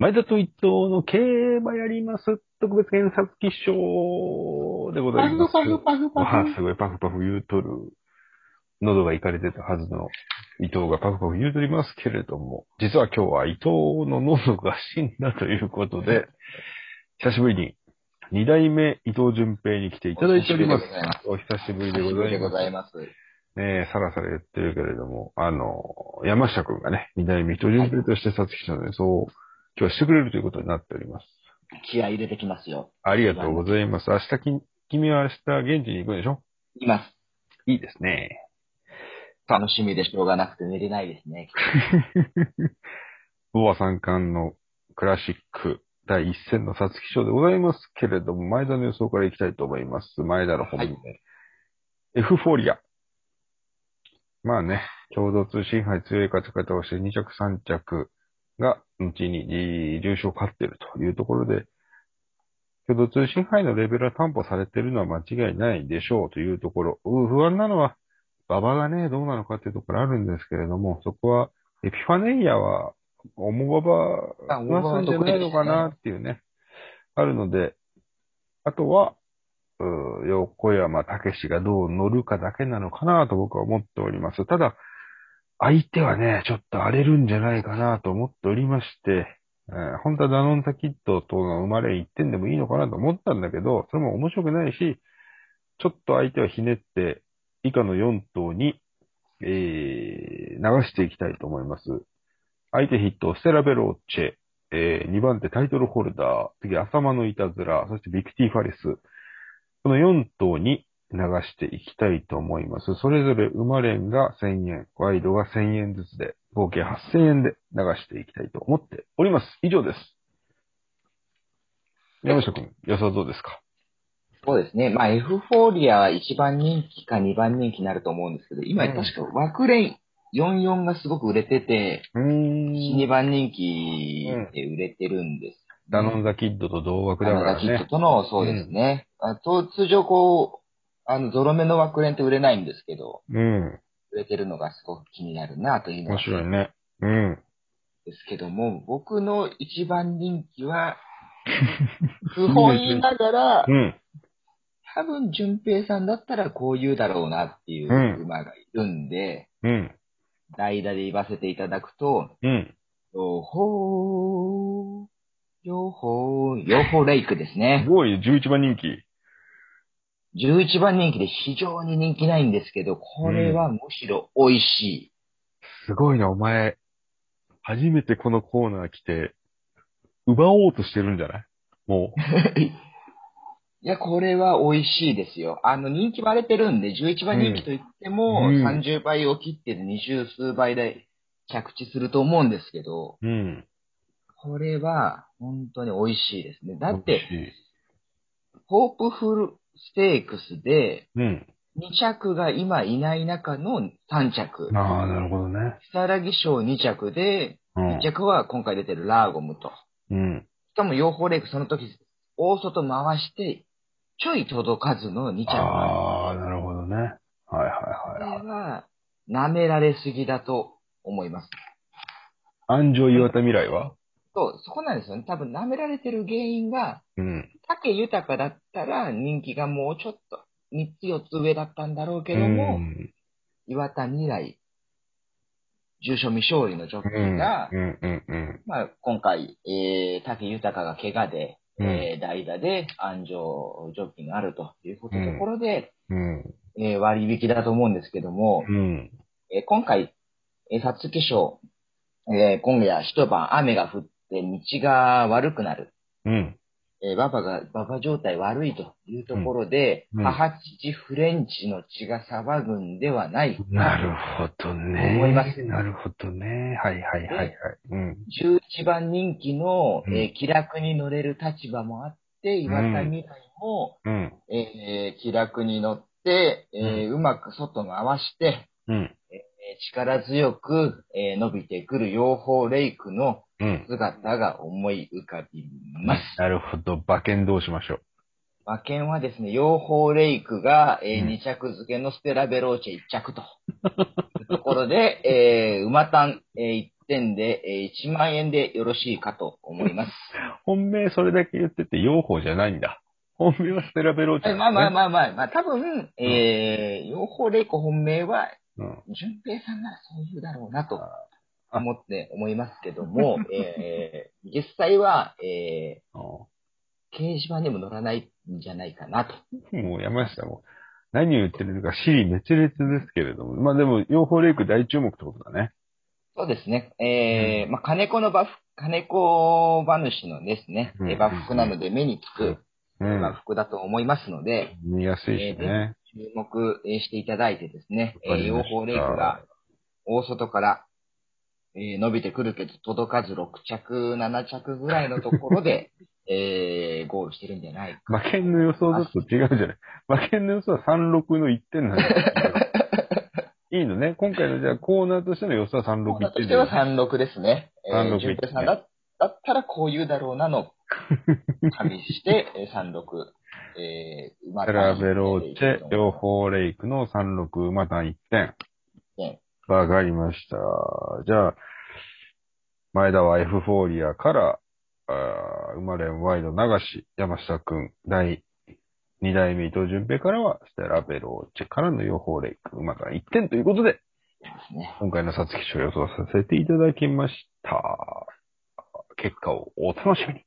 前田と一党の競馬やります特別検察記章でござパいフます。パフパフパわフあ、。すごい、パフパフ言うとる。喉がいかれてたはずの伊藤がパフパフ言うとりますけれども、実は今日は伊藤の喉が死んだということ で、久しぶりに二代目伊藤淳平に来ていただいております。お久しぶりでおござ久しぶりでいごますざ。います。ねえ、さらさら言ってるけれども、あの、山下くんがね、二代目一人順平として殺記者の演奏を今日はしてくれるということになっております。気合い入れてきますよ。ありがとうございます。明日き、君は明日現地に行くんでしょいます。いいですね。楽しみでしょうがなくて寝れないですね。 ボア三冠のクラシック第一戦の殺記賞でございますけれども、前田の予想からいきたいと思います。前田の本命。はいエフフォーリア。まあね、共同通信杯強い勝ち方をして2着3着が、後にえー重賞を勝っているというところで、共同通信杯のレベルは担保されているのは間違いないでしょうというところ。うん不安なのは、馬場がね、どうなのかっていうところあるんですけれども、そこは、エピファネイアは、オモババ、あ重馬場上すんじゃないのかなっていうね、あるので、あとは、うー横山武史がどう乗るかだけなのかなと僕は思っております。ただ、相手はね、ちょっと荒れるんじゃないかなと思っておりまして、えー本当はダノンタキッドとの生まれ1点でもいいのかなと思ったんだけど、それも面白くないし、ちょっと相手はひねって、以下の4頭に、えー流していきたいと思います。相手ヒット、ステラベローチェ、えー2番手タイトルホルダー、次頭のいたずら、そしてビクティファレス。この4頭に流していきたいと思います。それぞれ生まれんが1000円、ワイドが1000円ずつで、合計8000円で流していきたいと思っております。以上です。山下君、予想どうですかそうですね。まあ、エフフォーリアは1番人気か2番人気になると思うんですけど、今うん確か枠連44がすごく売れてて、うーん。 2番人気で売れてるんです。ダノンザキッドと同枠だかあのらキットね。との、そうですね。あと、通常こう、あの、ゾロ目の枠連って売れないんですけど、うん。売れてるのがすごく気になるなというの面は白いね。うん。ですけども、僕の一番人 気は、不本意ながらう、ん。多分、淳平さんだったらこう言うだろうなっていううん馬がいるんで、うん。代打で言わせていただくと、うん。よほー、よほー、よほレイクですすね。ごい、11番人気。 11番人気で非常に人気ないんですけど、これはむしろ美味しすごいな、お前。初めてこのコーナー来て、奪おうとしてるんじゃないもい。いや、これは美味しいですよ。あの、人気割れてるんで、11番人気といっても、うん30倍を切って20数倍で着地すると思うんですけど、う。うん。これは、本当に美味しいですね。だっ美味て、しい、ホープフルステークスで、うん。 2着が今いない中の3着。ああ、なるほどね。キサラギ賞2着で、1着は今回出てるラーゴムと。うん。うん。しかも、養蜂レイクその時、大外回して、ちょい届かずの2着がああ、なるほどね。はいはいこはいれはい。は、舐められすぎだと思います。安城岩田未来はそう、そこなんですよね。多分舐められてる原因が、うん。竹豊だったら人気がもうちょっと3つ4つ上だったんだろうけども、うん岩田未来、重賞未勝利のジョッキーが、うんうんうん。まあ、今回、えー、竹豊が怪我で、うんえー代打で安城ジョッキーがあるということうんところで、うん。えー割引だと思うんですけども、うん。えー今回、えー、皐月賞、えー今夜一晩雨が降って道が悪くなる。うん。えー、ババが、ババ状態悪いというところで、うんうん母父フレンチの血が騒ぐんではない。なるほどね。思いますなるほどね。はいはいはいはい。うん。 11番人気の、うんえー気楽に乗れる立場もあって、岩田未来も、うん。えー気楽に乗って、えーうまく外回して、うん。えー力強く、えー伸びてくる養蜂レイクのうん。姿が思い浮かびます。なるほど。馬券どうしましょう。馬券はですね、養蜂レイクが、えうん2着付けのステラベローチェ1着と。ところで、えー馬単、え点で、えー1万円でよろしいかと思います。本命それだけ言ってて、用法じゃないんだ。本命はステラベローチえャまあまああ。まあまあ、まあ、多分、えー、用法玲子本命は、うん。淳平さんならそう言うだろうなとあ思って思いますけど も、えー、実際は、えもー、掲示板にも載らないんじゃないかなと。う山下も、何を言ってるのか、シリ滅裂ですけれども。まあでも、用法レイク大注目ってことだね。そうですね。えー、まあ、金子のバフ、金子馬主のですね、うんえーバフなので目につくうバん。フだと思いますので、見やすいしね。注目えーしていただいてですね、えわかー、り養ました蜂レイクが大外から、えー伸びてくるけど届かず6着、7着ぐらいのところで、 えー、ゴールしてるんじゃない馬券の予想だと違うじゃない。馬券の予想は36の1点なんだけどいいのね。今回のじゃあコーナーとしての予想は36だ1と点しだてはよ36ですね。え36ー、順平さんだだったらこう言うだろうなの、加味して、えー36、えー、馬セラベローチェ、両方レイクの36馬単1点。ねわかりました。じゃあ、前田はエフフォーリアから、あー生まれんワイド流し、山下くん、第2代目伊藤淳平からは、ステラベローチェからの両方レイク、馬単1点ということで、ですね。今回の皐月賞予想させていただきました。結果をお楽しみに。